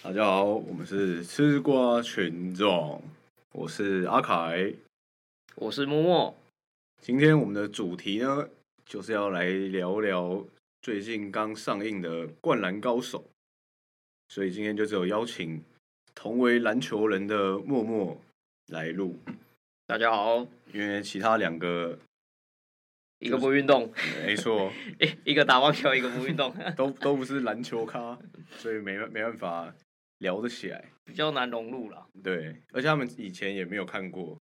大家好，我们是吃瓜群众，我是阿凯。我是默默，今天我们的主题呢，就是要来聊聊最近刚上映的《灌篮高手》，所以今天就只有邀请同为篮球人的默默来录，大家好。因为其他两个一个不运动， 没错一一个打棒球，一个不运动， 都都不是篮球咖，所以没没办法聊得起来。比较难融入啦。对，而且他们以前也没有看过《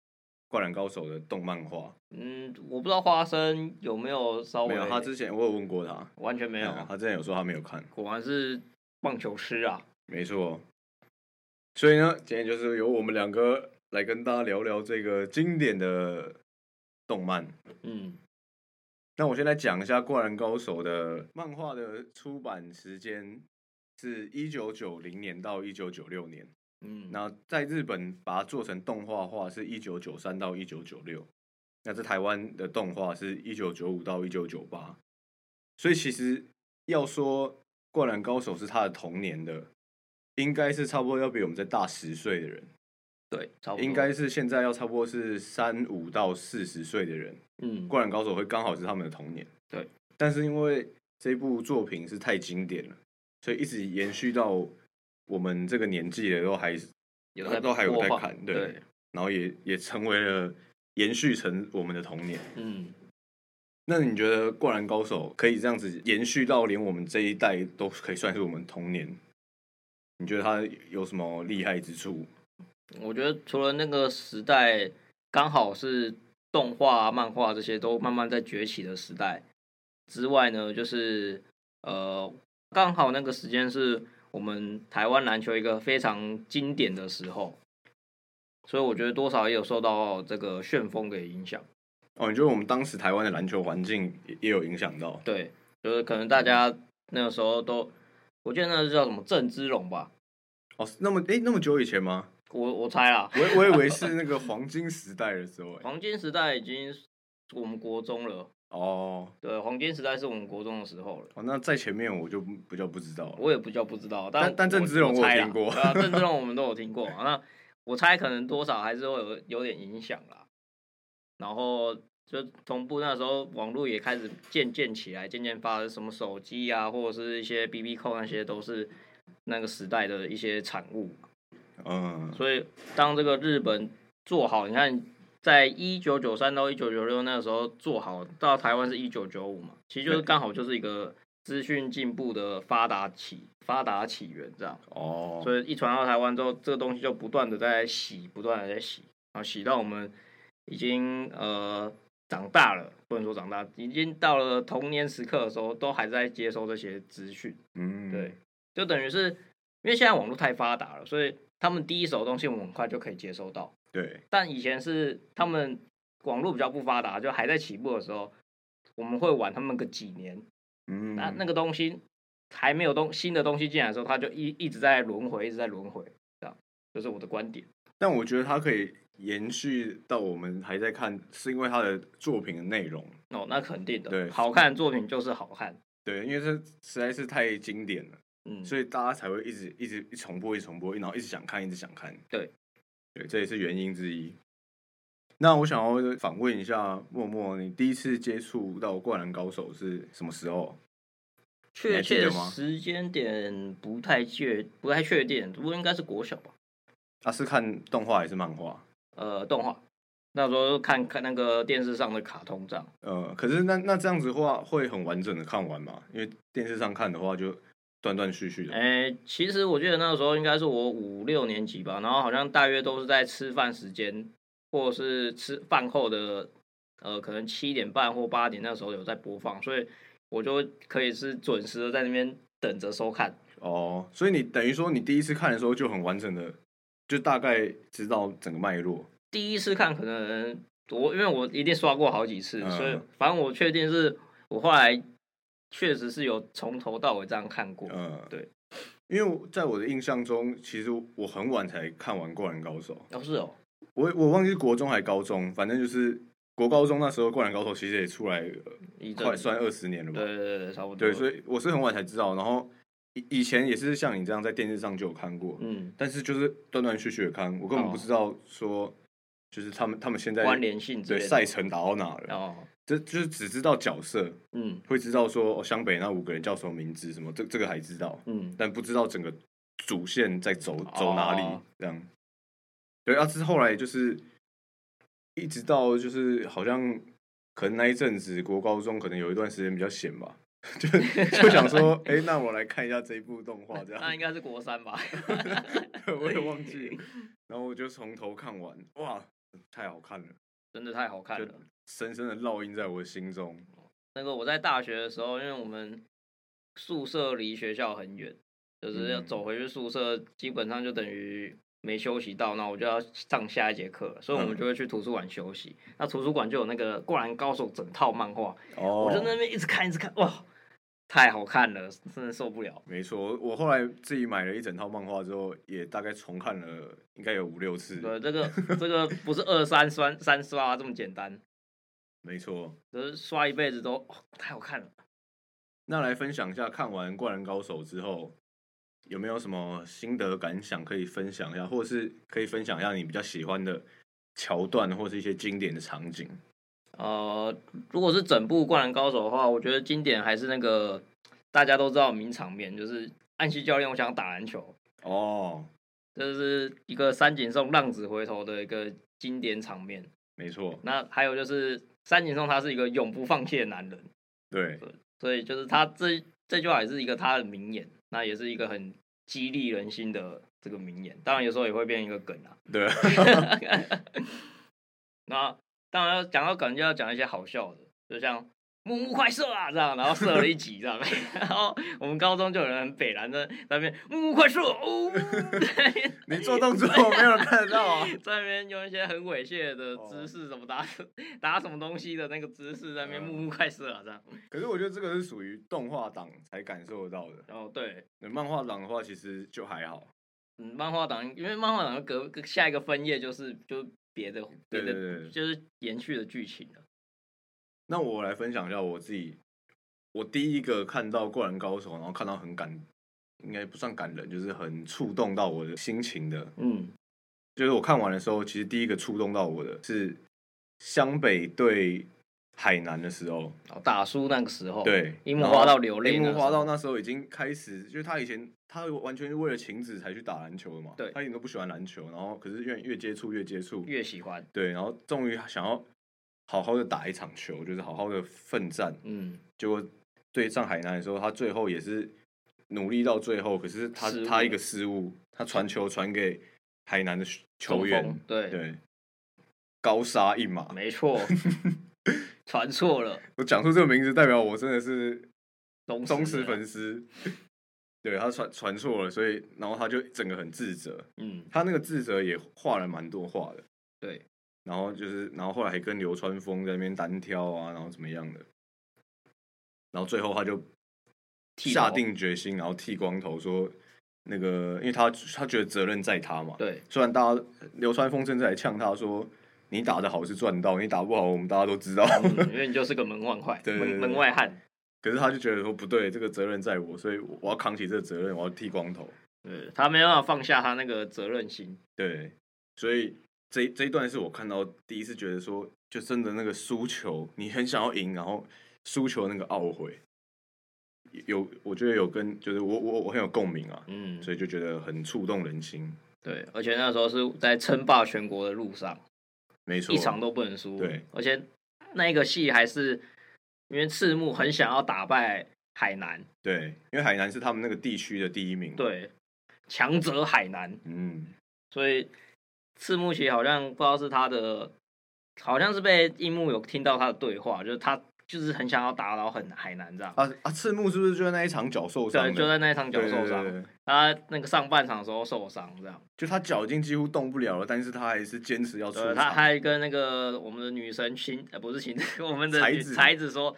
灌篮高手》的动漫画，嗯，我不知道花生有没有稍没微，有。他之前我有问过他，完全没有嗯，他之前有说他没有看，果然是棒球师啊。没错。所以呢，今天就是由我们两个来跟大家聊聊这个经典的动漫。嗯，那我先来讲一下《灌篮高手》的漫画的出版时间是一九九零年到一九九六年，嗯，那在日本把它做成动画化是一九九三到一九九六，那在台湾的动画是一九九五到一九九八，所以其实要说《灌篮高手》是他的童年的，应该是差不多要比我们再大十岁的人，对，差不多应该是现在要差不多是三五到四十岁的人，嗯《灌篮高手》会刚好是他们的童年。对，但是因为这部作品是太经典了，所以一直延续到我们这个年纪的都还是有在都还有播在放看对对，然后也也成为了延续成我们的童年。嗯，那你觉得《灌篮高手》可以这样子延续到连我们这一代都可以算是我们童年？你觉得它有什么厉害之处？我觉得除了那个时代刚好是动画、漫画这些都慢慢在崛起的时代之外呢，就是呃，刚好那个时间是我们台湾篮球一个非常经典的时候，所以我觉得多少也有受到这个旋风给影响。哦，你觉得我们当时台湾的篮球环境也也有影响到？对，就是可能大家那个时候都，我记得那是叫什么郑芝龙吧，哦，那么诶、那么久以前吗？我我猜啦，我我以为是那个黄金时代的时候、欸诶黄金时代已经是我们国中了。哦对，黄金时代是我们国中的时候了，哦，那在前面我就不比较不知道了。我也不叫不知道，但但但郑芝龙我有猜啦听过对啊，郑芝龙我们都有听过。啊那我猜可能多少还是会有有点影响啦。然后就同步那时候网络也开始渐渐起来，渐渐发什么手机啊，或者是一些 B B 扣那些都是那个时代的一些产物。嗯，所以当这个日本做好，你看，在一九九三到一九九六那时候做好，到台湾是一九九五嘛，其实就是对刚好就是一个资讯进步的发达起发达起源这样。哦，所以一传到台湾之后，这个东西就不断的在洗，不断的在洗，然后洗到我们已经呃长大了，不能说长大，已经到了童年时刻的时候，都还在接收这些资讯。嗯，对，就等于是因为现在网络太发达了，所以他们第一手的东西我们很快就可以接收到。对，但以前是他们网络比较不发达，就还在起步的时候，我们会晚他们个几年。嗯，那那个东西还没有东新的东西进来的时候，它就一一直在轮回，一直在轮回。这样，这、是我的观点。但我觉得它可以延续到我们还在看，是因为它的作品的内容，哦，那肯定的。对好看的作品就是好看。对，因为这实在是太经典了，嗯，所以大家才会一直一直一重播，一直重播，然后一直想看，一直想看，对，对，这也是原因之一。那我想要访问一下默默，你第一次接触到《灌篮高手》是什么时候？你还确记得切吗时间点不太确不太确定，不过应该是国小吧。啊，是看动画还是漫画？呃动画，那时候看看那个电视上的卡通这样。呃，可是那那这样子的话，会很完整的看完嘛？因为电视上看的话，就断断续续的。哎、其实我记得那个时候应该是我五六年级吧，然后好像大约都是在吃饭时间，或者是吃饭后的，呃，可能七点半或八点那时候有在播放，所以我就可以是准时的在那边等着收看。哦，所以你等于说你第一次看的时候就很完整的，就大概知道整个脉络。第一次看可能我因为我一定刷过好几次，嗯所以反正我确定是我后来确实是有从头到尾这样看过。嗯、对。因为我在我的印象中，其实我很晚才看完《灌篮高手》哦，是哦，我，我忘记国中还高中，反正就是国高中那时候，《灌篮高手》其实也出来呃一阵快子算二十年了吧？对对对，差不多。对，所以我是很晚才知道，然后以以前也是像你这样在电视上就有看过，嗯，但是就是断断续续的看，我根本哦不知道说就是他们他们现在关联性之对类的赛程打到哪了，哦，这就是只知道角色，嗯会知道说哦湘北那五个人叫什么名字什么，这这个还知道，嗯，但不知道整个主线在走走哪里、哦这样。对，啊，是后来就是一直到就是好像可能那一阵子国高中可能有一段时间比较闲吧，就就想 说，哎、那我来看一下这一部动画这那样 应，该是国三吧？我也忘记 了，然后我就从头看完，哇，太好看了，真的太好看就了。深深的烙印在我的心中。那个我在大学的时候，因为我们宿舍离学校很远，就是要嗯走回去宿舍，基本上就等于没休息到，那我就要上下一节课了，所以我嗯们就会去图书馆休息。那图书馆就有那个《灌篮高手》整套漫画，哦我就在那边一直看，一直看，哇，太好看了，真的受不了。没错，我后来自己买了一整套漫画之后，也大概重看了应该有五六次。对，这个这个不是二三刷三刷这么简单，没错。就是刷一辈子都、哦太好看了。那来分享一下看完《灌篮高手》之后，有没有什么心得感想可以分享一下，或者是可以分享一下你比较喜欢的桥段，或是一些经典的场景？呃，如果是整部《灌篮高手》的话，我觉得经典还是那个大家都知道的名场面，就是岸西教练我想打篮球，哦，这是一个三井寿浪子回头的一个经典场面。没错，那还有就是三井寿他是一个永不放弃的男人，对，所以就是他这这句话也是一个他的名言，那也是一个很激励人心的这个名言。当然有时候也会变一个梗啊。 对，那当然要讲到梗就要讲一些好笑的，就像木木快射啊这样，然后射了一集这样， 然后我们高中就有人很北蓝的在那边木木快射哦，在那边你做动作没有人看得到啊。在那边用一些很猥亵的哦姿势，什么打打什么东西的那个姿势，在那边木嗯木快射啊这样。可是我觉得这个是属于动画党才感受得到的，然后对，那漫画党的话其实就还好。嗯，漫画党，因为漫画党隔隔下一个分页就是就是别的别对的对对对就是延续的剧情了。那我来分享一下我自己，我第一个看到《灌篮高手》，然后看到很感，应该不算感人，就是很触动到我的心情的。嗯，就是我看完的时候，其实第一个触动到我的是湘北对海南的时候，哦，打输那个时候，，对樱木花道流泪樱那木个花时道候那时候已经开始，就是他以前他完全是为了晴子才去打篮球的嘛，对他一点都不喜欢篮球，然后可是越越接触越接触，越喜欢，对，然后终于想要好好的打一场球，就是好好的奋战，嗯，结果对上海南的时候，他最后也是努力到最后，可是他失误他一个失误，他传球传给海南的球中员锋，对对，高沙一马。没错，传错了，我讲出这个名字，代表我真的是忠忠实实的粉丝。对他传传错了，所以然后他就整个很自责，嗯，他那个自责也画了蛮多画的。对，然后就是，然后后来还跟流川枫在那边单挑啊，然后怎么样的，然后最后他就剃下头定决心，然后剃光头说那个，因为他他觉得责任在他嘛。 对，虽然大家流川枫甚至还呛他说：“你打得好是赚到，你打不好我们大家都知道。嗯，因为你就是个门外汉，对对门对门外汉， 可是他就觉得说不对，这个责任在我，所以我我要扛起这个责任，我要剃光头。对，他没办法放下他那个责任心，对，所以这一这一段是我看到第一次觉得说，就真的那个输球，你很想要赢，然后输球那个懊悔，有我觉得有跟就是我我我很有共鸣啊，嗯，所以就觉得很触动人心。对，而且那时候是在称霸全国的路上，没错，一场都不能输。对，而且那个戏还是因为赤木很想要打败海南，对，因为海南是他们那个地区的第一名。，对，强者海南，嗯，所以赤木其实好像不知道是他的，好像是被樱木有听到他的对话，就是他就是很想要打倒很海南这样。啊啊，赤木是不是就在那一场脚受对，伤的？就在那一场脚对受，对对伤，对他那个上半场的时候受伤这样。就他脚已经几乎动不了了，但是他还是坚持要出对，场。他还跟那个我们的女神秦，呃，不是秦， 我们的才女子才子说，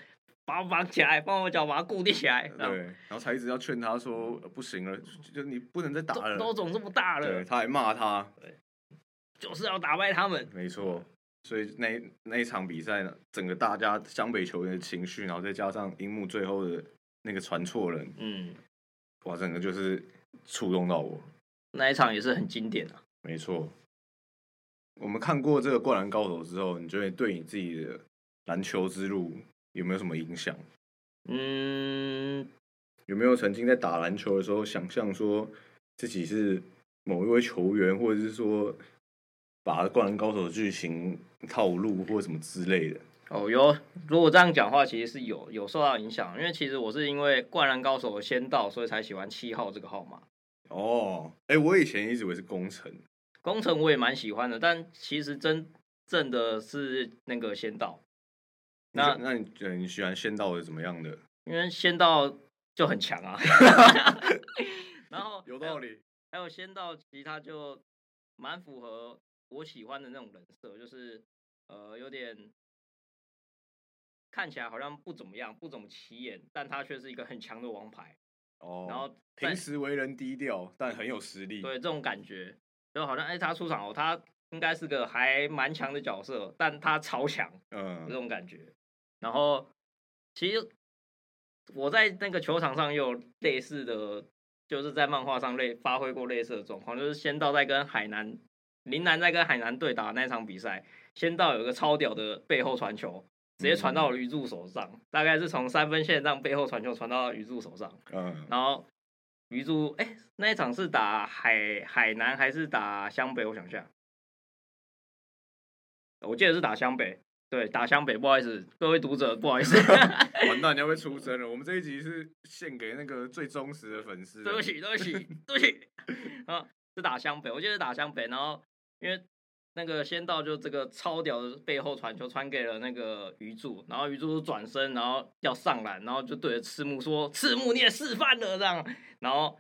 把我绑起来，帮我脚把它固定起来。这样对，然后才一直要劝他说呃不行了，就就你不能再打都了。都总这么大嗯对，了，他还骂他，就是要打败他们。没错。所以那一那一场比赛呢，整个大家湘北球员的情绪，然后再加上樱木最后的那个传错人，嗯，哇，整个就是触动到我。那一场也是很经典啊。没错，我们看过这个《灌篮高手》之后，你觉得对你自己的篮球之路有没有什么影响？嗯，有没有曾经在打篮球的时候想象说自己是某一位球员，或者是说把《灌篮高手》的剧情套路或什么之类的？哦，有，如果这样讲的话，其实是有有受到影响，因为其实我是因为《灌篮高手》先到，所以才喜欢七号这个号码。哦，哎、我以前一直以为是工程，工程我也蛮喜欢的，但其实真正的是那个仙道，那那你觉得你喜欢仙道的怎么样的？因为仙道就很强啊。然后理，理，还有仙道其实他就蛮符合我喜欢的那种人设，就是呃有点看起来好像不怎么样，不怎么起眼，但他却是一个很强的王牌。哦，然后在平时为人低调，但很有实力。对，这种感觉，就好像哎、他出场哦，他应该是个还蛮强的角色，但他超强这嗯，种感觉。然后其实我在那个球场上也有类似的，就是在漫画上类发挥过类似的状况，就是仙道在跟海南林南在跟海南对打那场比赛，仙道有一个超屌的背后传球。直接传到鱼柱手上，大概是从三分线上背后传球传到鱼柱手上，嗯，然后鱼珠，哎、那一场是打海海南还是打湘北？我想一下，我记得是打湘北，对，打湘北。不好意思，各位读者，不好意思，完蛋，你要被出征了。我们这一集是献给那个最忠实的粉丝。对不，起，对不起，对不起。啊，是打湘北，我记得是打湘北，然后因为那个仙道就这个超屌的背后传球传给了那个鱼柱，然后鱼柱转身，然后要上篮，然后就对着赤木说：“赤木，你也示范了这样。”然后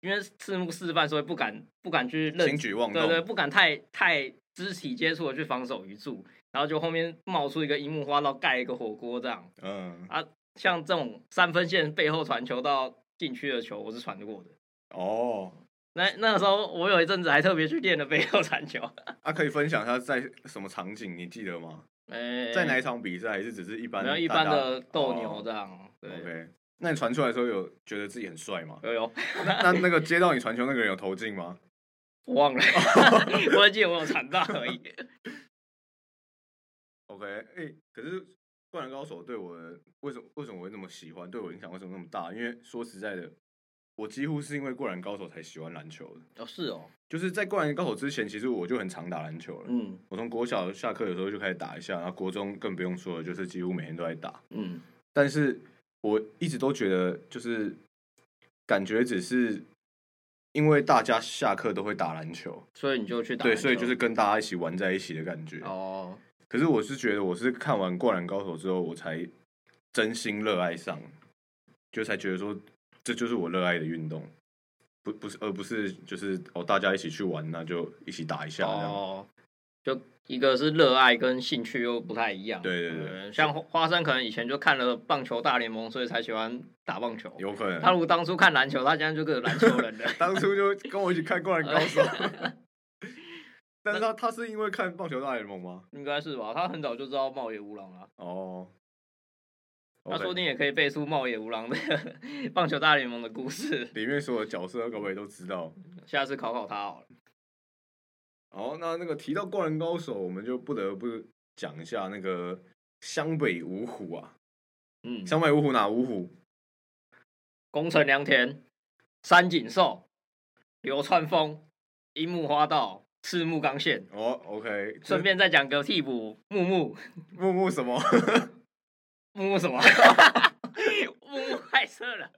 因为赤木示范，所以不敢不敢去认轻举妄动。对对，不敢太太肢体接触的去防守鱼柱，然后就后面冒出一个樱木花道盖一个火锅这样。啊嗯，像这种三分线背后传球到禁区的球，我是传得过的。哦，那那个时候，我有一阵子还特别去练了背后传球。啊，可以分享一下在什么场景，你记得吗？ 哎，在哪一场比赛？还是只是一般没有一大般家的斗牛这哦样。对， OK，那你传出来的时候有觉得自己很帅吗？有有，那那个接到你传球那个人有投进吗？我忘 了，我记得我有传到而已。 OK，哎、可是《灌篮高手》对我的为什么为什么我会那么喜欢？对我影响为什么那么大？因为说实在的，我几乎是因为《灌篮高手》才喜欢篮球的。哦，是哦，就是在《灌篮高手》之前，其实我就很常打篮球了。嗯我从国小下课有时候就开始打一下，然后国中更不用说了，就是几乎每天都在打。嗯，但是我一直都觉得，就是感觉只是因为大家下课都会打篮球，所以你就去打对，篮球。所以就是跟大家一起玩在一起的感觉。哦，可是我是觉得，我是看完《灌篮高手》之后，我才真心热爱上，就才觉得说这就是我热爱的运动，不不是，而不是就是哦，大家一起去玩，那就一起打一下这样。哦，就一个是热爱跟兴趣又不太一样。对对对像花花生可能以前就看了棒球大联盟，所以才喜欢打棒球。有可他如能果当初看篮球，他现在就个篮球人了。 当初就跟我一起看《灌篮高手》， 但是他他是因为看棒球大联盟吗？应该是吧？他很早就知道茂野无郎了。 哦，他说不 OK 定也可以背出茂野无郎的棒球大联盟的故事，里面所有角色各位都知道。下次考考他好了。好，那那个提到《灌篮高手》，我们就不得不讲一下那个湘北五虎啊。嗯，湘北五虎哪五虎？宫城良田、三井寿、流川枫、樱木花道、赤木刚宪，哦，OK，这顺便再讲个替补木木木木什么？ 木木什么？木木快射了。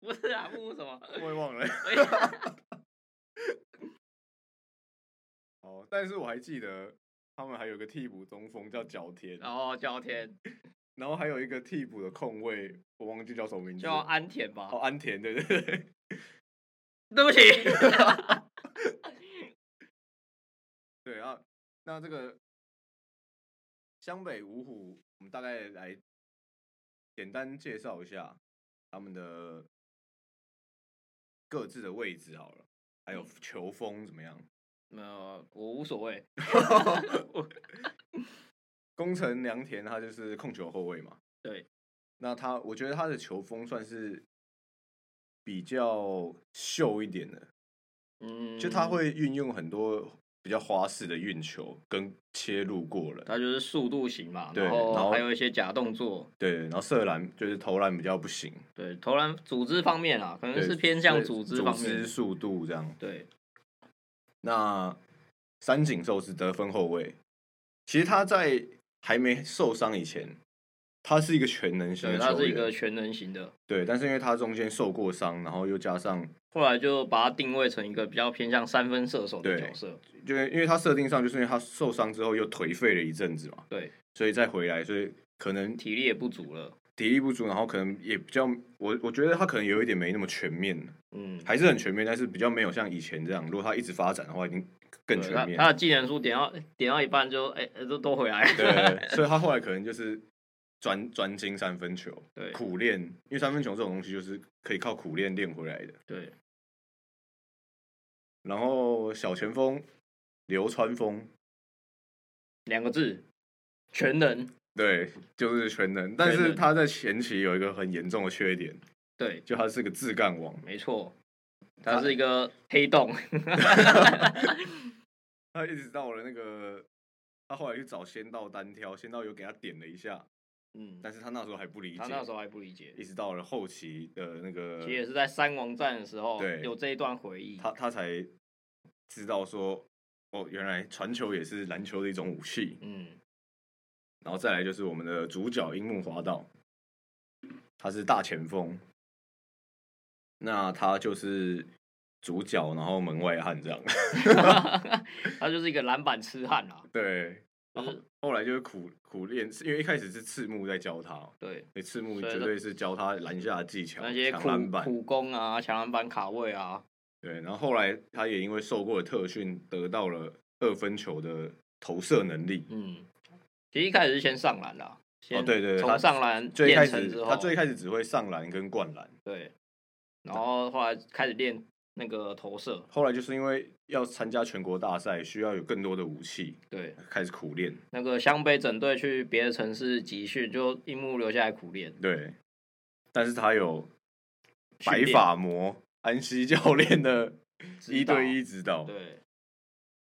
不是啊，木木什么？哎我也忘了。哦，但是我还记得他们还有个替补中锋叫角田，然后叫田，然后还有一个替补的控卫，我忘记叫什么名字叫了。安田吧哦，。安田，对对对。 对不起。 对啊，那这个湘北五虎，我们大概来简单介绍一下他们的各自的位置好了，还嗯有球风怎么样？没有，我无 所谓。宫城良田他就是控球后卫嘛，对，那他，我觉得他的球风算是比较秀一点的，嗯，就他，会运用很多比较花式的运球跟切入过了，他就是速度型嘛，对然后后还有一些假动作，对，然后射篮就是投篮比较不行，对，投篮组织方面啊，可能对是偏向对组织组方织面，速度这样。对，那三井寿是得分后卫，其实他在还没受伤以前，他是一个全能型对，的他球是一员，个全能型的，对，但是因为他中间受过伤，然后又加上后来就把他定位成一个比较偏向三分射手的对角色，就是因为他设定上就是因为他受伤之后又颓废了一阵子嘛，对，所以再回来，所以可能体力也不足了，体力不足，然后可能也比较，我我觉得他可能有一点没那么全面，嗯，还是很全面，但是比较没有像以前这样。如果他一直发展的话，已经更对全他面。他的技能书点到点到一半就哎、哎都都回来了，对，所以他后来可能就是专专精三分球，对苦练，因为三分球这种东西就是可以靠苦练练回来的。对，然后小前锋流川枫，两个字，全能，对，就是全能，但全是能他在前期有一个很严重的缺点，对，就他是个自干王，没错，他是一个黑 洞，他一直到了那个。他后来去找仙道单挑，仙道有给他点了一下，嗯，但是他那时候还不理解。他那时候还不理解，一直到了后期的那个其实，也是在三王战的时候嗯对有这一段回忆，他他才知道说，哦，原来传球也是篮球的一种武器。嗯， 然后再来就是我们的主角樱木花道，他是大前锋，那他就是主角，然后门外汉这样。 他就是一个篮板痴汉啊啦，对，然后就是后来就是苦苦练，是因为一开始是赤木在教他，对，所以赤木所以绝他对是教他篮下的技巧、那些抢苦篮板。苦攻啊，抢篮板卡位啊，对，然后后来他也因为受过特训，得到了二分球的投射能力。嗯，其实一开始是先上篮啦，先哦对对对从他上篮最开练成始之后，他最开始只会上篮跟灌篮，对，然后后来开始练那个投射，后来就是因为要参加全国大赛，需要有更多的武器，对，开始苦练。那个湘北整队去别的城市集训，就樱木留下来苦练，对，但是他有训白练发魔安西教练的一对一指导。对，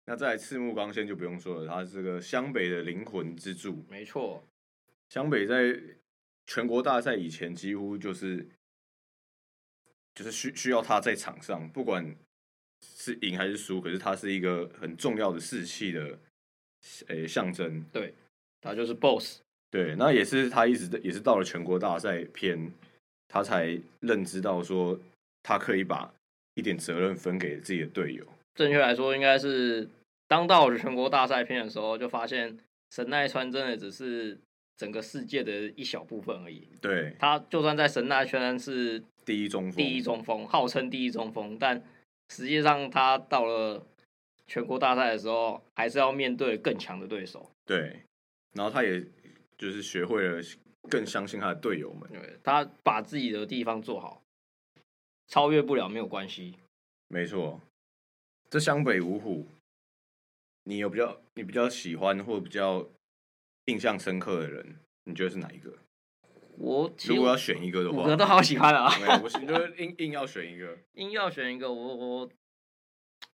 那再来赤木刚宪就不用说了，他是个湘北的灵魂支柱。没错，湘北在全国大赛以前几乎就是就是需需要他在场上，不管是赢还是输，可是他是一个很重要的士气的呃、象征。他就是 BOSS，对，那也是他一直也是到了全国大赛篇，他才认知到说他可以把一点责任分给自己的队友。正确来说应该是当到了全国大赛片的时候，就发现神奈川真的只是整个世界的一小部分而已。对，他就算在神奈川是第一中锋，第一中锋，号称第一中锋，但实际上他到了全国大赛的时候，还是要面对更强的对手。对，然后他也就是学会了更相信他的队友们。对，他把自己的地方做好，超越不了没有关系。没错，这湘北五虎，你有比较你比较喜欢或比较印象深刻的人，你觉得是哪一个？我其如果要实选一个的五话，个都好喜欢啊，对，我是就是硬硬要选一个。硬要选一个，我我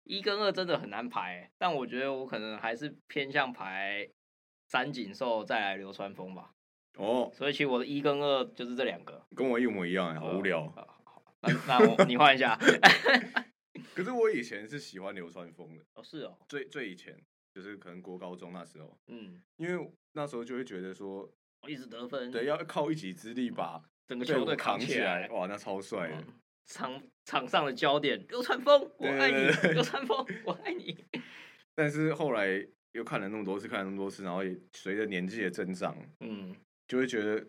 一跟二真的很难排欸，但我觉得我可能还是偏向排三井寿再来流川枫吧。哦，所以其实我的一跟二就是这两个。跟我一模一样哎，好无聊。呃好那那我你换一下。 可是我以前是喜欢流川枫的，哦，是哦，最最以前就是可能国高中那时候，嗯，因为那时候就会觉得说，一直得分，对，要靠一己之力把整个队嗯球伍队扛起嗯来，，哇，那超帅的。场场上的焦点，流川枫，我对对爱对你，对流川枫，我爱你。 但是后来又看了那么多次，看了那么多次，然后也随着年纪的增长，嗯，就会觉得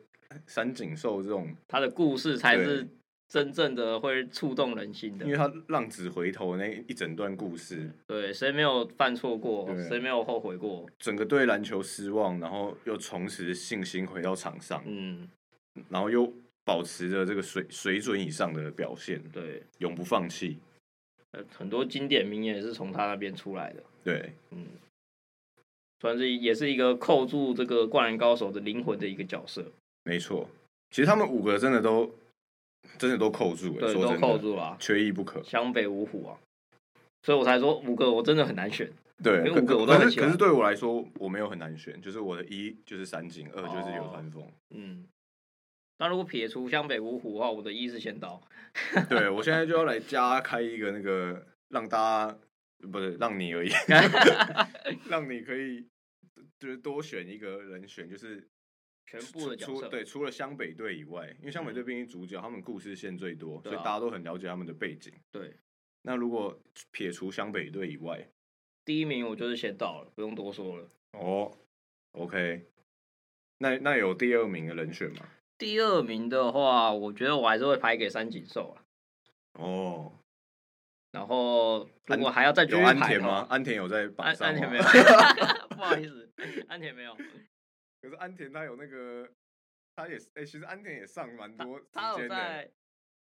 三井寿这种，他的故事才对是真正的会触动人心的因。为他浪子回头那一整段故事，对，谁没有犯错过，对啊谁没有后悔过？整个对篮球失望，然后又重拾信心回到场上，嗯，然后又保持着这个水水准以上的表现，对，永不放弃。呃，很多经典名言也是从他那边出来的。对，嗯，算是也是一个扣住这个灌篮高手的灵魂的一个角色。没错。其实他们五个真的都真的都扣住、欸，对，说都真扣的，住了啊，缺一不可。湘北五虎啊，所以我才说五个我真的很难选。对，因为可五个我都可很是喜可欢是对我来说，我没有很难选，就是我的一就是三井，二就是流川枫。嗯，那如果撇除湘北五虎的话，我的一是仙道。对我现在就要来加开一个那个让大家不是让你而 已，让你可以就是多选一个人选，就是全除部的角除色嗯对，除了湘北队以外，因为湘北队毕竟主角，他们故事线最多，所对以啊大家都很了解他们的背景。对，那如果撇除湘北队以外，第一名我就是仙道了，不用多说了。哦，OK，那那有第二名的人选吗？第二名的话，我觉得我还是会排给三井寿啊。哦，然后如安果还要再继有续安排田的话吗？？安田有在榜安上安田吗没有， 不好意思，安田没有。可是安田他有那个，他也是哎、其实安田也上蛮多他时间有的、在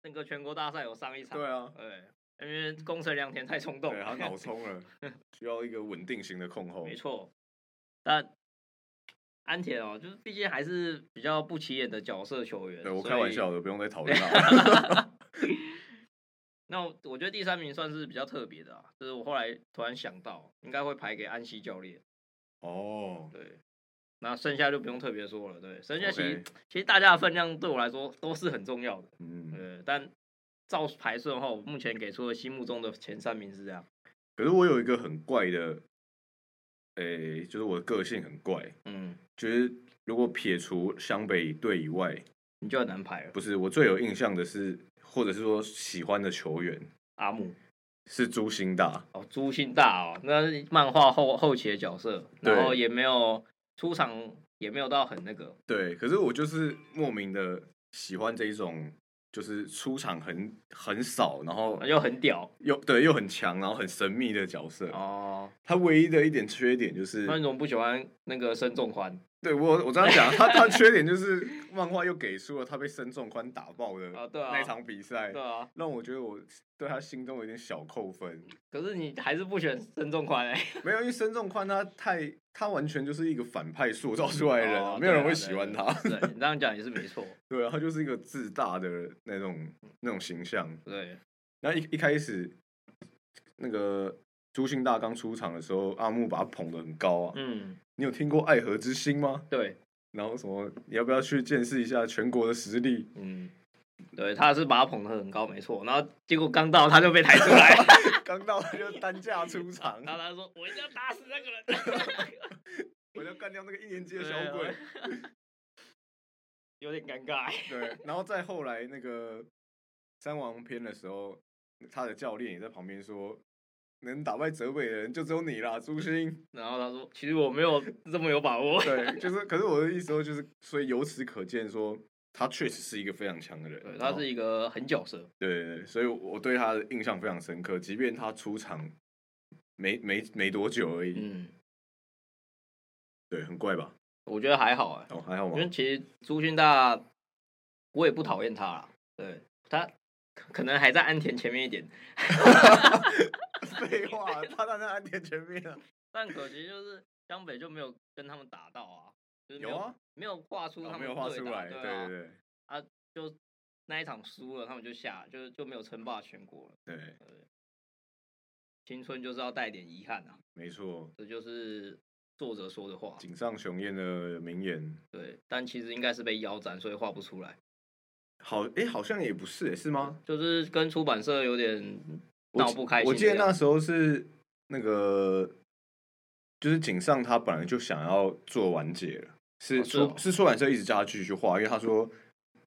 那个全国大赛有上一场，对啊，对，因为工程良田太冲动对了，他脑冲了，需要一个稳定型的控后。 没错，但安田哦，就是毕竟还是比较不起眼的角色球员。对我所开玩以笑的，不用再讨论他。 那我我觉得第三名算是比较特别的啊，就是我后来突然想到，应该会排给安西教练。哦，对，那剩下就不用特别说了。对，剩下其实 OK 其实大家的分量对我来说都是很重要的。嗯，对，但照排顺的话，我目前给出的心目中的前三名是这样。可是我有一个很怪的，哎、就是我的个性很怪，嗯，就是如果撇除湘北队以外，你就很难排了。不是我最有印象的是，或者是说喜欢的球员阿木是朱星大。哦，朱星大哦，那是漫画后后期的角色，然后对也没有出场，也没有到很那个。对，可是我就是莫名的喜欢这一种，就是出场很很少，然后那就很屌又对又很强，然后很神秘的角色。哦。他唯一的一点缺点就是，那你怎么不喜欢那个申仲宽？对我我这样讲， 他他缺点就是漫画又给出了他被申仲宽打爆的啊对啊那场比赛，对啊，让我觉得我对他心中有点小扣分。可是你还是不选申仲宽哎、没有，因为申仲宽他太他完全就是一个反派塑造出来的人啊，哦没有人对啊会对喜欢对他。 对你这样讲也是没错。对啊，他就是一个自大的那种那种形象。 对，然后一一开始，那个朱星大刚出场的时候，阿木把他捧得很高啊。嗯，你有听过爱河之心吗？对，然后什么，你要不要去见识一下全国的实力？嗯，对，他是把他捧得很高，没错。然后结果刚到他就被抬出来，刚到他就单架出 场，然后他说：“我一定要打死那个人。我就干掉那个一年级的小对鬼 啊。” 有点尴尬欸。对，然后再后来那个三王篇的时候，他的教练也在旁边说，能打败泽北的人就只有你啦，朱星。 然后他说：“其实我没有这么有把握。对，就是，可是我的意思说，就是，所以由此可见说。他确实是一个非常强的人，对，然他后是一个狠角色。对对对，所以我对他的印象非常深刻。即便他出场没没没多久而已，嗯，对，很怪吧？我觉得还好哎、哦，还好因 为吗？其实朱勋大，我也不讨厌他啦。对他可可能还在安田前面一点，废话，他站在安田前面啊。但可惜就是江北就没有跟他们打到啊，就是没有啊，没有画 出他哦们没有画对出打来，对对啊对就那一场输了，他们就下，就是就没有称霸全国了。对对，青春就是要带点遗憾啊，没错。这就是作者说的话。井上雄彦的名言，对，但其实应该是被腰斩，所以画不出来，好，哎，好像也不是，诶是吗？就是跟出版社有点我闹记不开心我的记得那样子时候是那个，就是井上他本来就想要做完结了，是哦是出、哦是出版社一直叫他继续画，因为他说。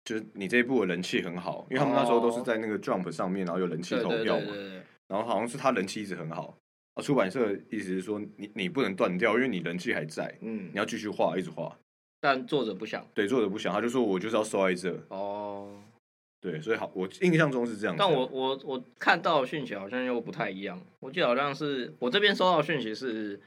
就是你这一部的人气很好，因为他们那时候都是哦在那个 Jump 上面，然后有人气对投对票对嘛，对对，然后好像是他人气一直很好，啊，出版社意思是说你你不能断掉，因为你人气还在，嗯你，要继续画，一直画。但作者不想对，作者不想，他就说我就是要收在这，哦。对，所以好，我印象中是这样子啊。但我我我看到的讯息好像又不太一样，我记得好像是我这边收到的讯息是，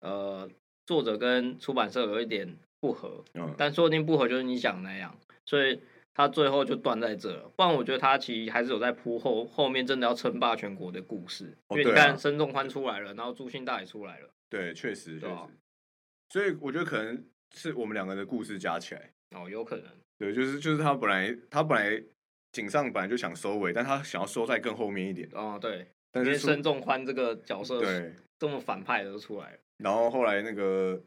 呃，作者跟出版社有一点不合，嗯，但说不定不合就是你想的那样，所以他最后就断在这了。不然我觉得他其实还是有在铺后后面真的要称霸全国的故事，哦因为你对啊看申仲宽出来了，然后朱信大也出来了，对，确实确对实啊。所以我觉得可能是我们两个的故事加起来，哦，有可能对，就是就是他本来他本来井上本来就想收尾，但他想要收在更后面一点，哦，对，但因为是申仲宽这个角色对，这么反派的都出来了，然后后来那个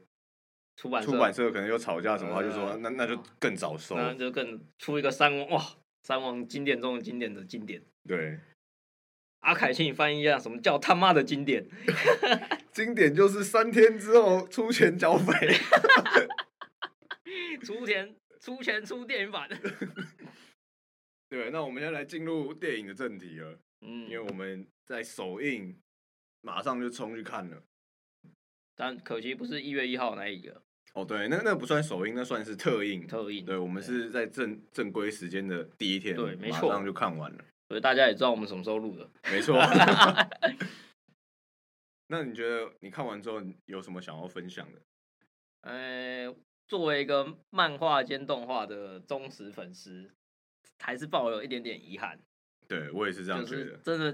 出版出版社可能又吵架什么，他就呃说那那就更早收，那就更出一个三王哇，三王经典中的经典的经典。对，阿凯，请你翻译一下什么叫他妈的经典？经典就是三天之后出钱剿匪， 出钱出钱出电影版。 对，那我们现在来进入电影的正题了，嗯因为，我们在首映马上就冲去看了，但可惜不是一月一号那一个哦，对，那那不算首映，那算是特映，特映，对，我们是在正正规时间的第一天，对没马错上就看完了，所以大家也知道我们什么时候录的。没 错。 那你觉得你看完之后你有什么想要分享的？呃，作为一个漫画兼动画的忠实粉丝，还是抱有一点点遗憾，对我也是这样就觉得，是真的，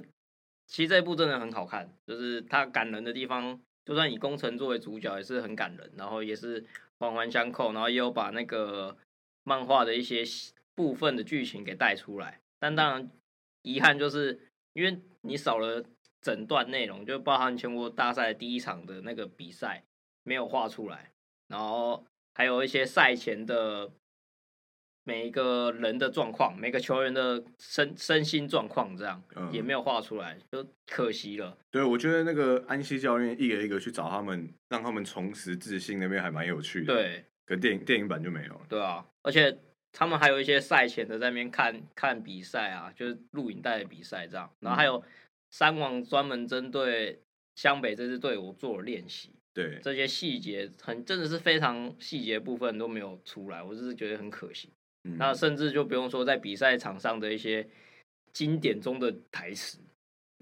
其实这一部真的很好看，就是它感人的地方，就算以工程作为主角也是很感人，然后也是环环相扣，然后也有把那个漫画的一些部分的剧情给带出来，但当然遗憾就是因为你少了整段内容，就包含全国大赛第一场的那个比赛没有画出来，然后还有一些赛前的每一个人的状况，每个球员的身身心状况这样、嗯也没有画出来，就可惜了。对我觉得那个安西教练一个一个去找他们，让他们重拾自信，那边还蛮有趣的。，对可电影电影版就没有了。对啊，而且他们还有一些赛前的在那边看看比赛啊，就是录影带的比赛这样，然后还有三王专门针对湘北这支队伍做了练习。对，这些细节很真的是非常细节部分都没有出来，我就是觉得很可惜。嗯那甚至就不用说在比赛场上的一些经典中的台词，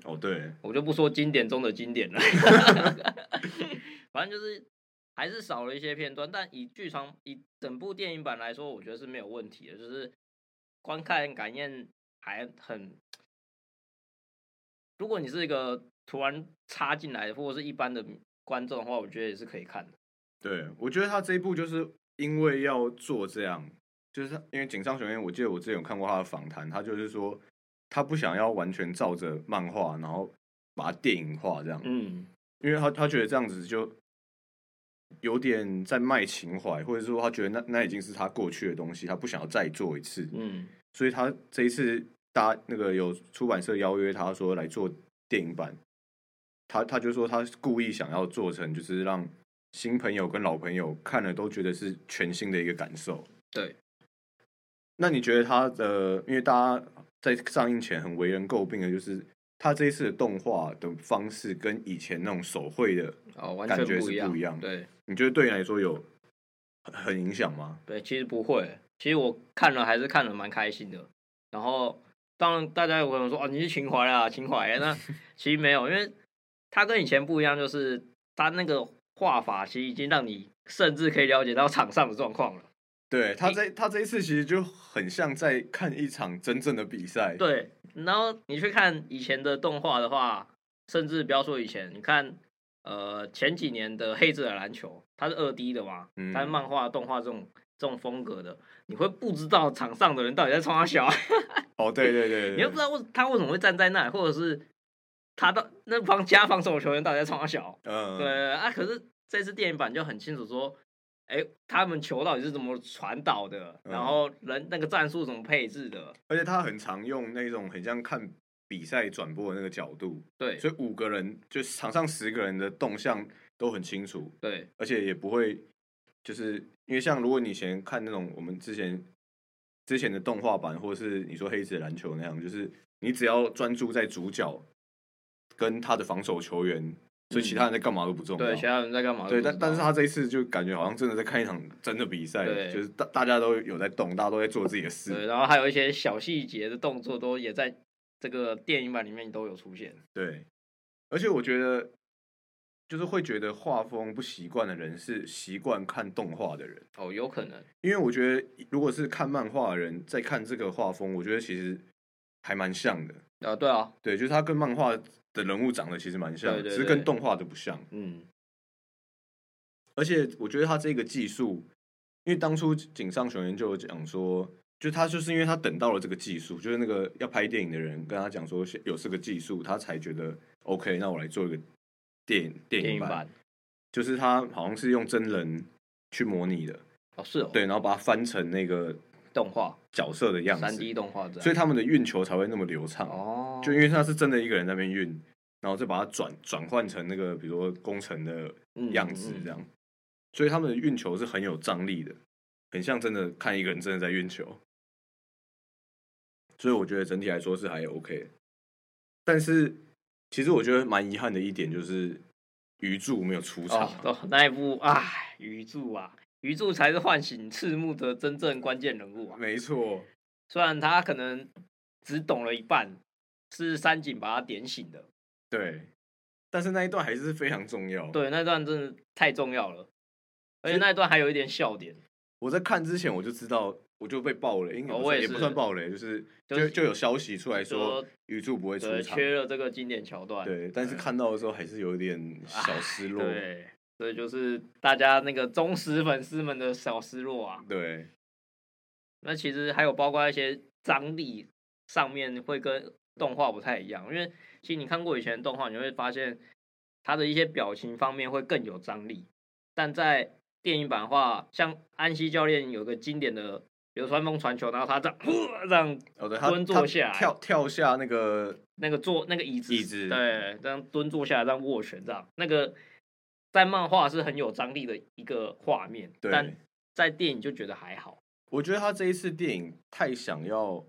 哦对，我就不说经典中的经典了， 反正就是还是少了一些片段。但以剧场以整部电影版来说，我觉得是没有问题的，就是观看感验还很。如果你是一个突然插进来的或者是一般的观众的话，我觉得也是可以看的。对，我觉得他这一部就是因为要做这样，就是他因为井上雄彦，我记得我之前有看过他的访谈，他就是说他不想要完全照着漫画，然后把它电影化这样，嗯，因为他他觉得这样子就有点在卖情怀，或者说他觉得那那已经是他过去的东西，他不想要再做一次，嗯，所以他这一次搭那个有出版社邀约他说来做电影版，他他就说他故意想要做成就是让新朋友跟老朋友看了都觉得是全新的一个感受。对，那你觉得他的，因为大家在上映前很为人诟病的就是他这一次的动画的方式跟以前那种手绘的，哦，完感全觉不是一样，不一样对你觉得对你来说有很很影响吗？对，其实不会，其实我看了还是看了蛮开心的。然后，当然大家有可能说啊，你是情怀啦，情怀。欸那其实没有，因为它跟以前不一样，就是它那个画法其实已经让你甚至可以了解到场上的状况了。对他这他这一次其实就很像在看一场真正的比赛。对，然后你去看以前的动画的话，甚至不要说以前，你看呃前几年的《黑子的篮球》，它是二 D 的嘛，嗯它是漫画、动画这种这种风格的，你会不知道场上的人到底在冲他小，哦，对对对对，你又不知道为他为什么会站在那，或者是他到那方加防守球员到底在冲他小，嗯，对啊，可是这次电影版就很清楚说。哎，他们球到底是怎么传导的？然嗯后人那个战术怎么配置的？而且他很常用那种很像看比赛转播的那个角度，对所以五个人就是场上十个人的动向都很清楚，对，而且也不会就是因为像如果你以前看那种我们之前之前的动画版，或者是你说黑子的篮球那样，就是你只要专注在主角跟他的防守球员，所以其他人在干嘛都不重要。嗯对，其他人在干嘛都对，不知道？但但是他这一次就感觉好像真的在看一场真的比赛，对就是大大家都有在动，大家都在做自己的事，对，然后还有一些小细节的动作都也在这个电影版里面都有出现。对，而且我觉得，就是会觉得画风不习惯的人是习惯看动画的人，哦，有可能，因为我觉得如果是看漫画的人在看这个画风，我觉得其实还蛮像的。啊，对啊，对，就是他跟漫画的人物长得其实蛮像的，对对只是对跟动画的不像。嗯，而且我觉得他这个技术因为当初井上雄彦就有讲说，就他就是因为他等到了这个技术，就是那个要拍电影的人跟他讲说有这个技术，他才觉得 OK，那我来做一个电影电电影影版，版就是他好像是用真人去模拟的，哦，是哦，对，然后把它翻成那个动画角色的样三子， D 动画这样，所以他们的运球才会那么流畅。哦，就因为他是真的一个人在那边运，然后再把它转转换成那个比如说工程的嗯样子嗯嗯这样，所以他们的运球是很有张力的，很像真的看一个人真的在运球。所以我觉得整体来说是还 OK 的，但是其实我觉得蛮遗憾的一点就是鱼柱没有出场哦啊、，哦那一部啊，唉鱼柱啊，鱼柱才是唤醒赤木的真正关键人物啊。没错，虽然他可能只懂了一半，是三井把他点醒的。对，但是那一段还是非常重要。，对，那段真的太重要了，而且那一段还有一点笑点，我在看之前我就知道，我就被爆雷，应该哦不我算也也不是算爆雷，就是就就是就有消息出来说说宇柱不会出对，场，缺了这个经典桥段。对，但是看到的时候还是有点小失落，对，这就是大家那个忠实粉丝们的小失落啊。对那其实还有包括一些张力上面会跟动画不太一样，因为其实你看过以前的动画，你会发现它的一些表情方面会更有张力，但在电影版的话，像安西教练有个经典的流川枫传球，然后他这样这样哦对，他蹲坐他下来跳跳下那个，那个坐那个椅子，椅子对，这样蹲坐下来，这样握拳，这样那个在漫画是很有张力的一个画面，对但在电影就觉得还好，我觉得他这一次电影太想要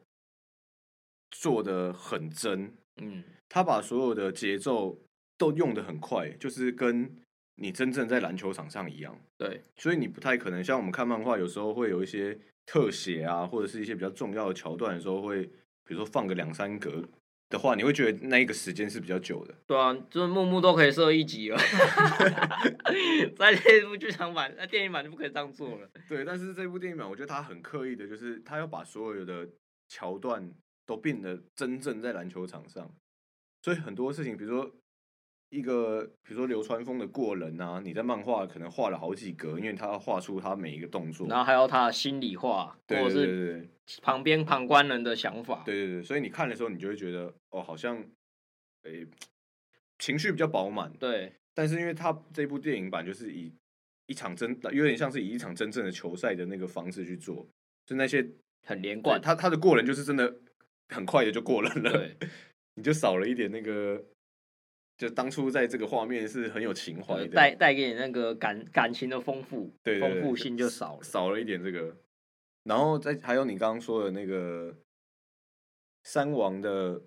做的很真，嗯，他把所有的节奏都用的很快，就是跟你真正在篮球场上一样，对，所以你不太可能像我们看漫画，有时候会有一些特写啊，或者是一些比较重要的桥段的时候会，比如说放个两三格的话，你会觉得那一个时间是比较久的。对啊，就是木木都可以设一集了， 在这部剧场版、在电影版就不可以这样做了。对，但是这部电影版，我觉得他很刻意的，就是他要把所有的桥段都变得真正在篮球场上，所以很多事情，比如说一个，比如说流川枫的过人啊，你在漫画可能画了好几格，因为他要画出他每一个动作。然后还有他的心里话，对或者对对是对对旁边旁观人的想法，对对对，所以你看的时候，你就会觉得哦，好像诶、情绪比较饱满。对但是因为他这部电影版就是以一场真，有点像是以一场真正的球赛的那个方式去做，就那些很连对贯。他他的过人就是真的很快的就过人了，对， 你就少了一点那个，就当初在这个画面是很有情怀呃的，带带给你那个感感情的丰富，对对对丰富性就少了。少了一点这个。然后再还有你刚刚说的那个三王的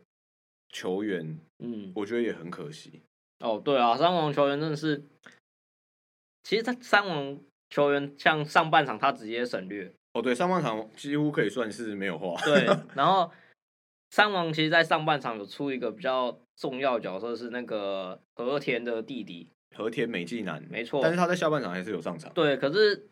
球员，嗯，我觉得也很可惜。哦，对啊，三王球员真的是，其实他三王球员像上半场他直接省略，哦，对，上半场几乎可以算是没有话。 对，然后三王其实，在上半场有出一个比较重要的角色是那个和田的弟弟，和田美纪男，没错但是他在下半场还是有上场。对。可是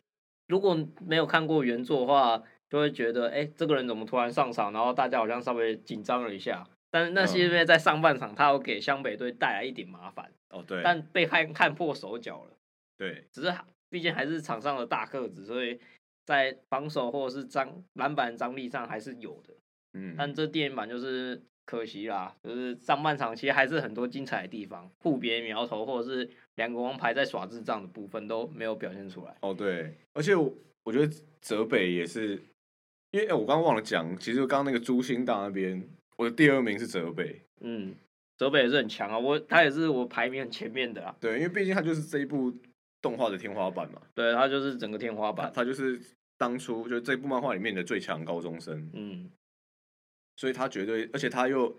如果没有看过原作的话，就会觉得，哎、这个人怎么突然上场？然后大家好像稍微紧张了一下。但是那是因为嗯在上半场，他有给湘北队带来一点麻烦，哦，对，但被看看破手脚了。对，只是毕竟还是场上的大个子，所以在防守或者是张篮板张力上还是有的。嗯，但这电影版就是可惜啦，就是上半场其实还是很多精彩的地方，互别苗头或者是两个王牌在耍智障的部分都没有表现出来。哦，对，而且我我觉得泽北也是，因为、哎我刚刚忘了讲，其实刚刚那个朱星大那边，我的第二名是泽北，嗯，泽北也是很强啊，我他也是我排名很前面的啊，对，因为毕竟他就是这一部动画的天花板嘛，对他就是整个天花他板。他就是当初就是这部漫画里面的最强高中生，嗯，所以他绝对，而且他又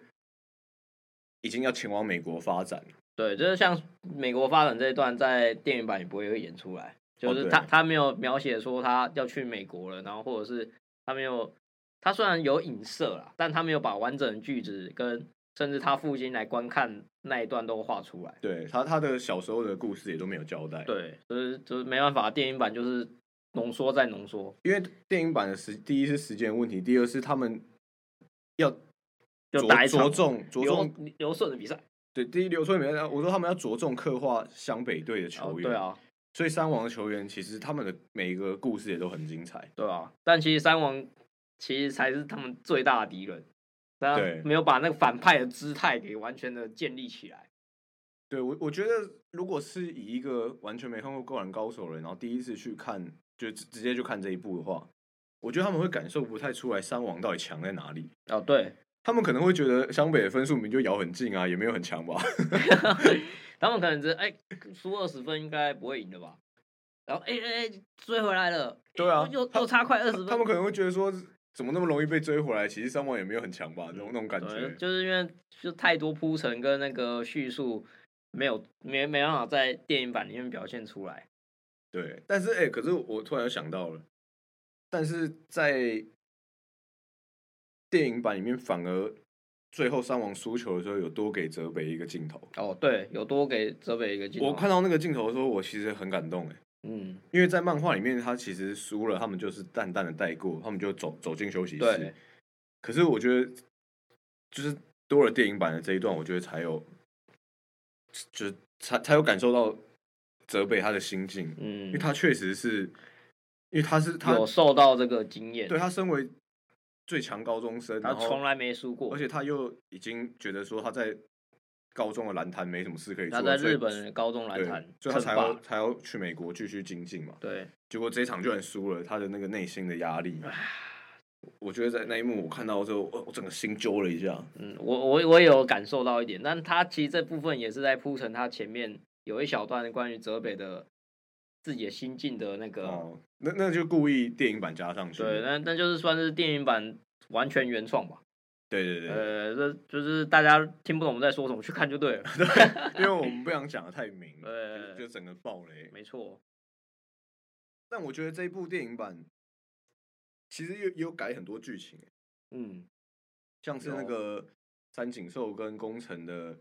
已经要前往美国发展了，对，就是像美国发展这一段，在电影版也不会演出来，就哦是对他、他没有描写说他要去美国了，然后或者是他没有，他虽然有影射啦，但他没有把完整的句子跟甚至他父亲来观看那一段都画出来。对他他的小时候的故事也都没有交代，，对，就是就是没办法，电影版就是浓缩再浓缩，因为电影版的时第一是时间问题，第二是他们要就打着一场着重着流重流顺的比赛。对，第一流川没，我说他们要着重刻画湘北队的哦球，员，对啊，所以三王的球员其实他们的每一个故事也都很精彩。对啊，但其实三王其实才是他们最大的敌人，那对没有把那个反派的姿态给完全的建立起来。对我，我觉得如果是以一个完全没看过《灌篮高手》的人，然后第一次去看，就直直接就看这一部的话，我觉得他们会感受不太出来三王到底强在哪里。哦，对，他们可能会觉得湘北的分数明明就咬很近啊，也没有很强吧。他们可能只是哎输二十分应该不会赢的吧，然后哎哎哎追回来了，哎对啊又他又差快二十分，他们可能会觉得说，怎么那么容易被追回来？其实三王也没有很强吧，那种那种感嗯对，啊觉。就是因为就太多铺陈跟那个叙述没有没没办法在电影版里面表现出来。对，但是哎、欸可是我突然又想到了，但是在电影版里面反而最后三王输球的时候，有多给泽北一个镜头。哦，对，有多给泽北一个镜头。啊我看，到那个镜头的时候，我其实很感动哎、嗯，因为在漫画里面他其实输了，他们就是淡淡的带过，他们就走走进休息室对。可是我觉得，就是多了电影版的这一段，我觉得才有，就是才才有感受到泽北他的心境，因嗯为，他确实是，因为他是他有受到这个经验，对他身为最强高中生，他然后从来没输过，而且他又已经觉得说他在高中的篮坛没什么事可以做他了，在所以日本的高中篮对坛所以他称才霸要。才要去美国继续精进嘛。对，结果这一场居然输了，他的那个内心的压力，我觉得在那一幕我看到之后，我我整个心揪了一下。嗯，我我我也有感受到一点，但他其实这部分也是在铺陈他前面有一小段关于泽北的自己的心境的那个。哦，那那就故意电影版加上去。啊对，那那就是算是电影版完全原创吧。对对对，呃，这就是大家听不懂我们在说什么，去看就对了。 因为我们不想讲的太明，对就就整个爆雷。没错，但我觉得这一部电影版其实有有改很多剧情，欸嗯，像是那有啊个三井寿跟宫城的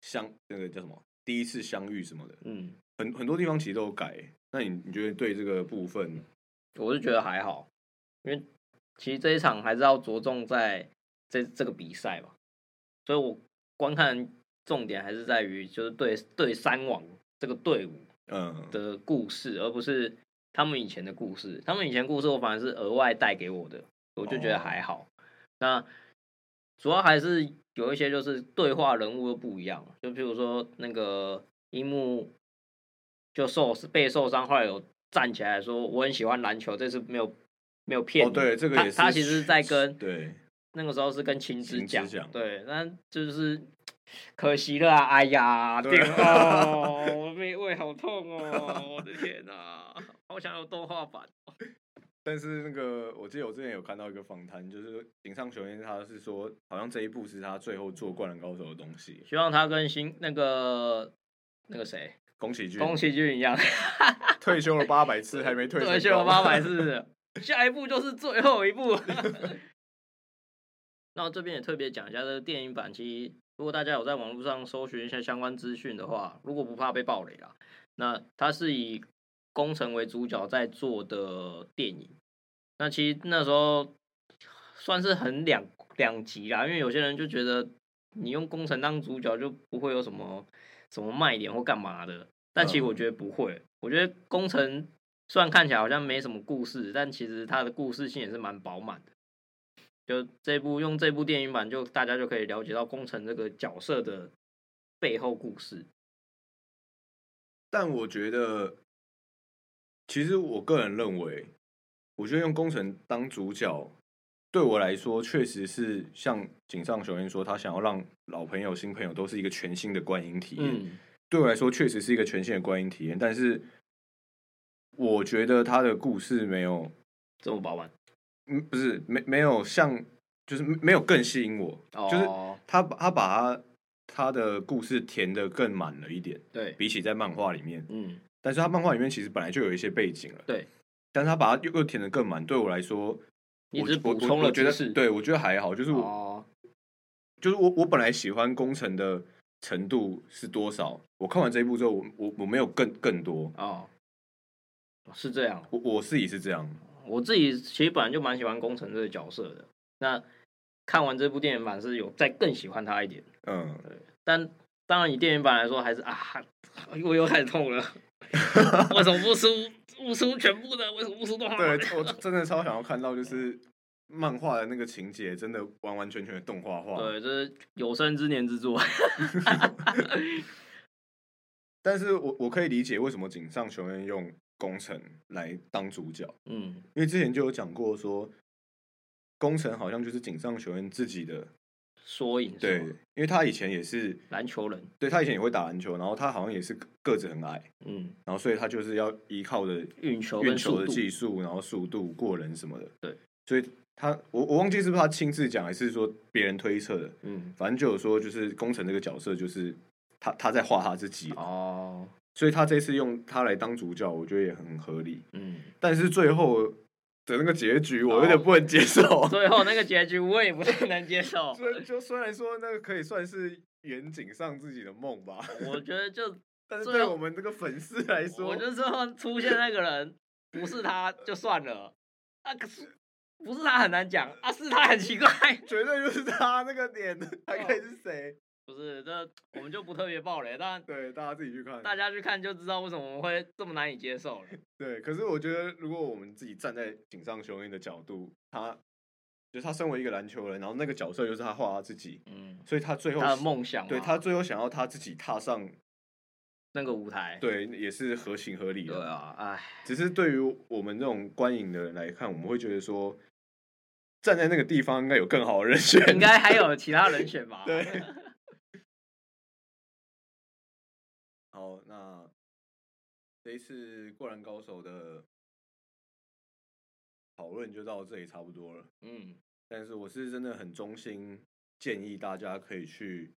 相那个叫什么第一次相遇什么的，嗯，很很多地方其实都有改。欸那你你觉得对这个部分，我是觉得还好，因为其实这一场还是要着重在这这个比赛嘛，所以我观看重点还是在于就是对对三网这个队伍嗯，的故事，而不是他们以前的故事。他们以前故事我反而是额外带给我的，我就哦觉得还好。那主要还是有一些就是对话人物都不一样，就譬如说那个樱木就受被受伤，后来有站起来说我很喜欢篮球，这次没有没有骗哦，你。对，这个他也是他其实在跟对那个时候是跟秦之秦之讲讲，对，那就是可惜了啊！哎呀，对对 哦，我胃胃好痛哦，我的天哪、好想有动画版。但是那个，我记得我之前有看到一个访谈，就是井上雄彦他是说，好像这一部是他最后做《灌篮高手》的东西。希望他跟新那个那个谁宫崎骏宫崎 骏一样，退休了八百次还没退对，休秀八 百。是下一步就是最后一步。 那我这边也特别讲一下这个电影版，其实如果大家有在网络上搜寻一下相关资讯的话，如果不怕被暴雷啦，那它是以工程为主角在做的电影。那其实那时候算是很两两极啦，因为有些人就觉得你用工程当主角就不会有什么什么卖点或干嘛的，但其实我觉得不会，我觉得工程虽然看起来好像没什么故事，但其实它的故事性也是蛮饱满的。就这部用这部电影版就，大家就可以了解到工程这个角色的背后故事。但我觉得，其实我个人认为，我觉得用宫城当主角，对我来说确实是像井上雄彦说，他想要让老朋友、新朋友都是一个全新的观影体验。嗯，对我来说确实是一个全新的观影体验，但是我觉得他的故事没有，这么饱满，嗯，不是没没有像，就是没没有更吸引我，就是哦他把他把他他的故事填的更满了一点，对，比起在漫画里面，嗯，但是他漫画里面其实本来就有一些背景了，对，但是他把它又又填的更满，对我来说，你我只是我补我充我了觉知得识，，对我觉得还好，就是我、哦，就是我我本来喜欢工程的程度是多少，我看完这一部之后，我我我没有更更多，哦，是这样。我我自己是这样，我自己其实本来就蛮喜欢工程这个角色的，那看完这部电影版是有再更喜欢他一点，嗯， 但当然以电影版来说，还是啊，我又开始痛了。为什么不出不出全部的？为什么不出动 画对版？我真的超想要看到，就是漫画的那个情节真的完完全全的动画化。对，这是有生之年 之作。但是我我可以理解为什么井上雄彦用工程来当主角，嗯，因为之前就有讲过说，工程好像就是井上雄彦自己的，缩影是对，吗因为他以前也是，篮球人，对他以前也会打篮球，然后他好像也是个个子很矮，嗯，然后所以他就是要依靠着运球运跟球速的度，技术，然后速度过人什么的，对，所以他我我忘记是不是他亲自讲，还是说别人推测的，嗯，反正就有说就是工程这个角色就是他他在画他自己，哦，所以他这次用他来当主角，我觉得也很合理。嗯，但是最后的那个结局，我有哦点不能接受。最后那个结局我也不太能 接受。虽、就虽然说那个可以算是远景上自己的梦吧，我觉得就但是最对后我们这个粉丝来说我，就最后出现那个人不是他就算了，啊可是不是他很难讲，啊是他很奇怪。 绝对就是他那个脸，哦还可以是谁？不是，这我们就不特别爆雷，但对，大家自己去看。大家去看就知道为什么我们会这么难以接受了。对，可是我觉得，如果我们自己站在井上雄彦的角度，他就是他身为一个篮球人，然后那个角色又是他画他自己，嗯，所以他最后他的梦啊想嘛，对他最后想要他自己踏上，那个舞台，对，也是合情合理的。对 啊，哎，只是对于我们这种观影的人来看，我们会觉得说，站在那个地方应该有更好的人选。？应该还有其他人选吧对。好，那这一次《灌篮高手》的讨论就到这里差不多了。嗯，但是我是真的很衷心建议大家可以去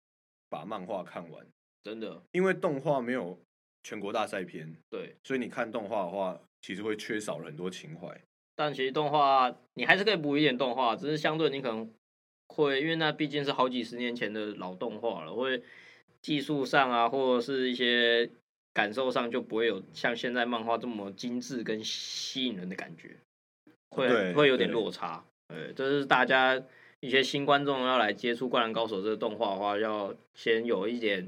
把漫画看完，真的，因为动画没有全国大赛篇，对。所以你看动画的话，其实会缺少了很多情怀。但其实动画你还是可以补一点动画，只是相对你可能会，因为那毕竟是好几十年前的老动画了，会技术上啊，或者是一些感受上就不会有像现在漫画这么精致跟吸引人的感觉，会对会有点对落差。呃，这是大家一些新观众要来接触《灌篮高手》这个动画的话，要先有一点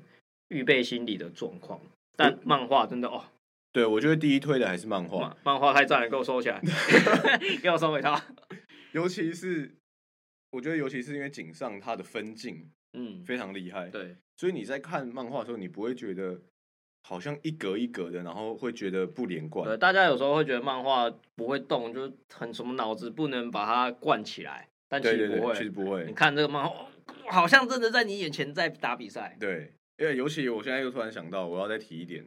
预备心理的状况。但漫画真的哦，对，我觉得第一推的还是漫画，漫漫画太赞了，给我收 起来， 给我收回它。尤其是我觉得，尤其是因为井上他的分镜嗯，非常厉害，对，所以你在看漫画的时候，你不会觉得好像一格一格的，然后会觉得不连对，贯。大家有时候会觉得漫画不会动，就是很什么脑子不能把它灌起来，但其对对实不对，会。其实不你会。看这个漫画，哦好像真的在你眼前在打比赛。对，因为尤其我现在又突然想到，我要再提一点，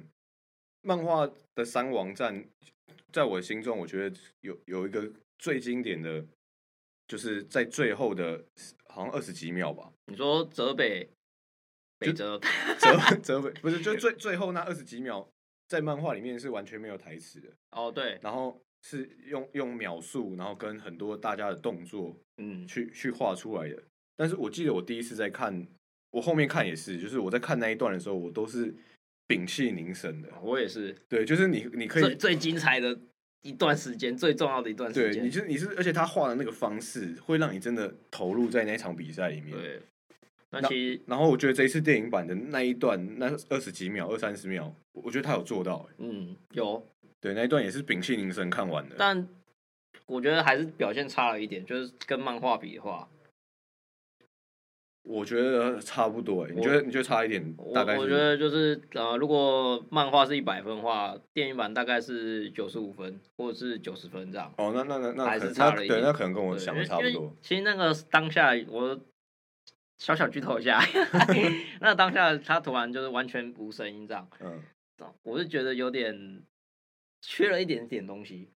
漫画的三王战，在我心中，我觉得有有一个最经典的，就是在最后的，好像二十几秒吧，你说泽北，北泽， 泽泽北不是，就最最后那二十几秒，在漫画里面是完全没有台词的，哦对，然后是用用秒数，然后跟很多大家的动作嗯，去去画出来的。但是我记得我第一次在看，我后面看也是，就是我在看那一段的时候，我都是屏气凝神的。我也是，对，就是你你可最以，最精彩的一段时间，最重要的一段时对，你间。就你是，而且他画的那个方式会让你真的投入在那一场比赛里面。对，那那其实，然后我觉得这一次电影版的那一段，那二十几秒、二三十秒，我我觉得他有做到、欸。嗯，有，对，那一段也是屏气凝神看完的。但我觉得还是表现差了一点，就是跟漫画比的话，我觉得差不多哎、你我觉得你觉得差一点？我大概是我觉得就是呃，如果漫画是一百分的话，电影版大概是九十五分或者是九十分这样。哦，那那那那还可是差那了一对，点那可能跟我对想的差不。因为因多为。其实那个当下我小小剧透 一下，那当下他突然就是完全无声音这样，哦嗯，我是觉得有点缺了一点点东西，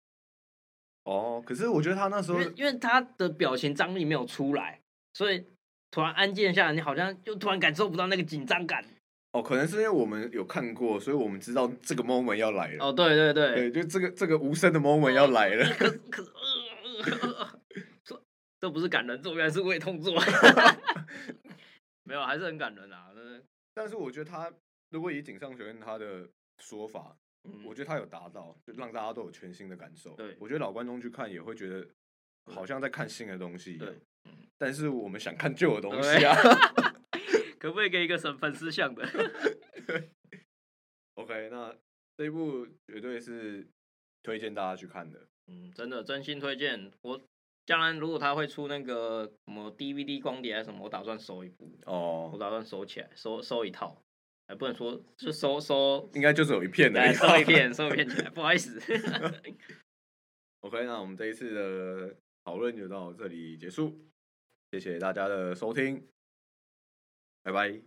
哦，可是我觉得他那时因候为因为他的表情张力没有出来，所以突然安静下来，你好像又突然感受不到那个紧张感。哦，可能是因为我们有看过，所以我们知道这个 moment 要来了。哦，对对对，哦对，就这个这个无声的 moment 要来了。可是可是，呃呃呃这这不是感人作，原来是胃痛作。没有，还是很感人啊。真的 但是我觉得他如果以井上学院他的说法，嗯我觉得他有达到，就让大家都有全新的感受。对我觉得老观众去看也会觉得好像在看新的东西一样对嗯。但是我们想看旧的东对 西啊。可不可以给一个粉粉丝像的？ OK，那这一部绝对是推荐大家去看的。嗯，真的真心推荐。我将来如果他会出那个什么 DVD 光碟还是什么，我打算收一部，我哦，打算收起来，收收一套，哎，不能说就收收，应该就只有一片的来。收一片，收一片起来，不好意思。 OK，那我们这一次的讨论就到这里结束，谢谢大家的收听，拜拜。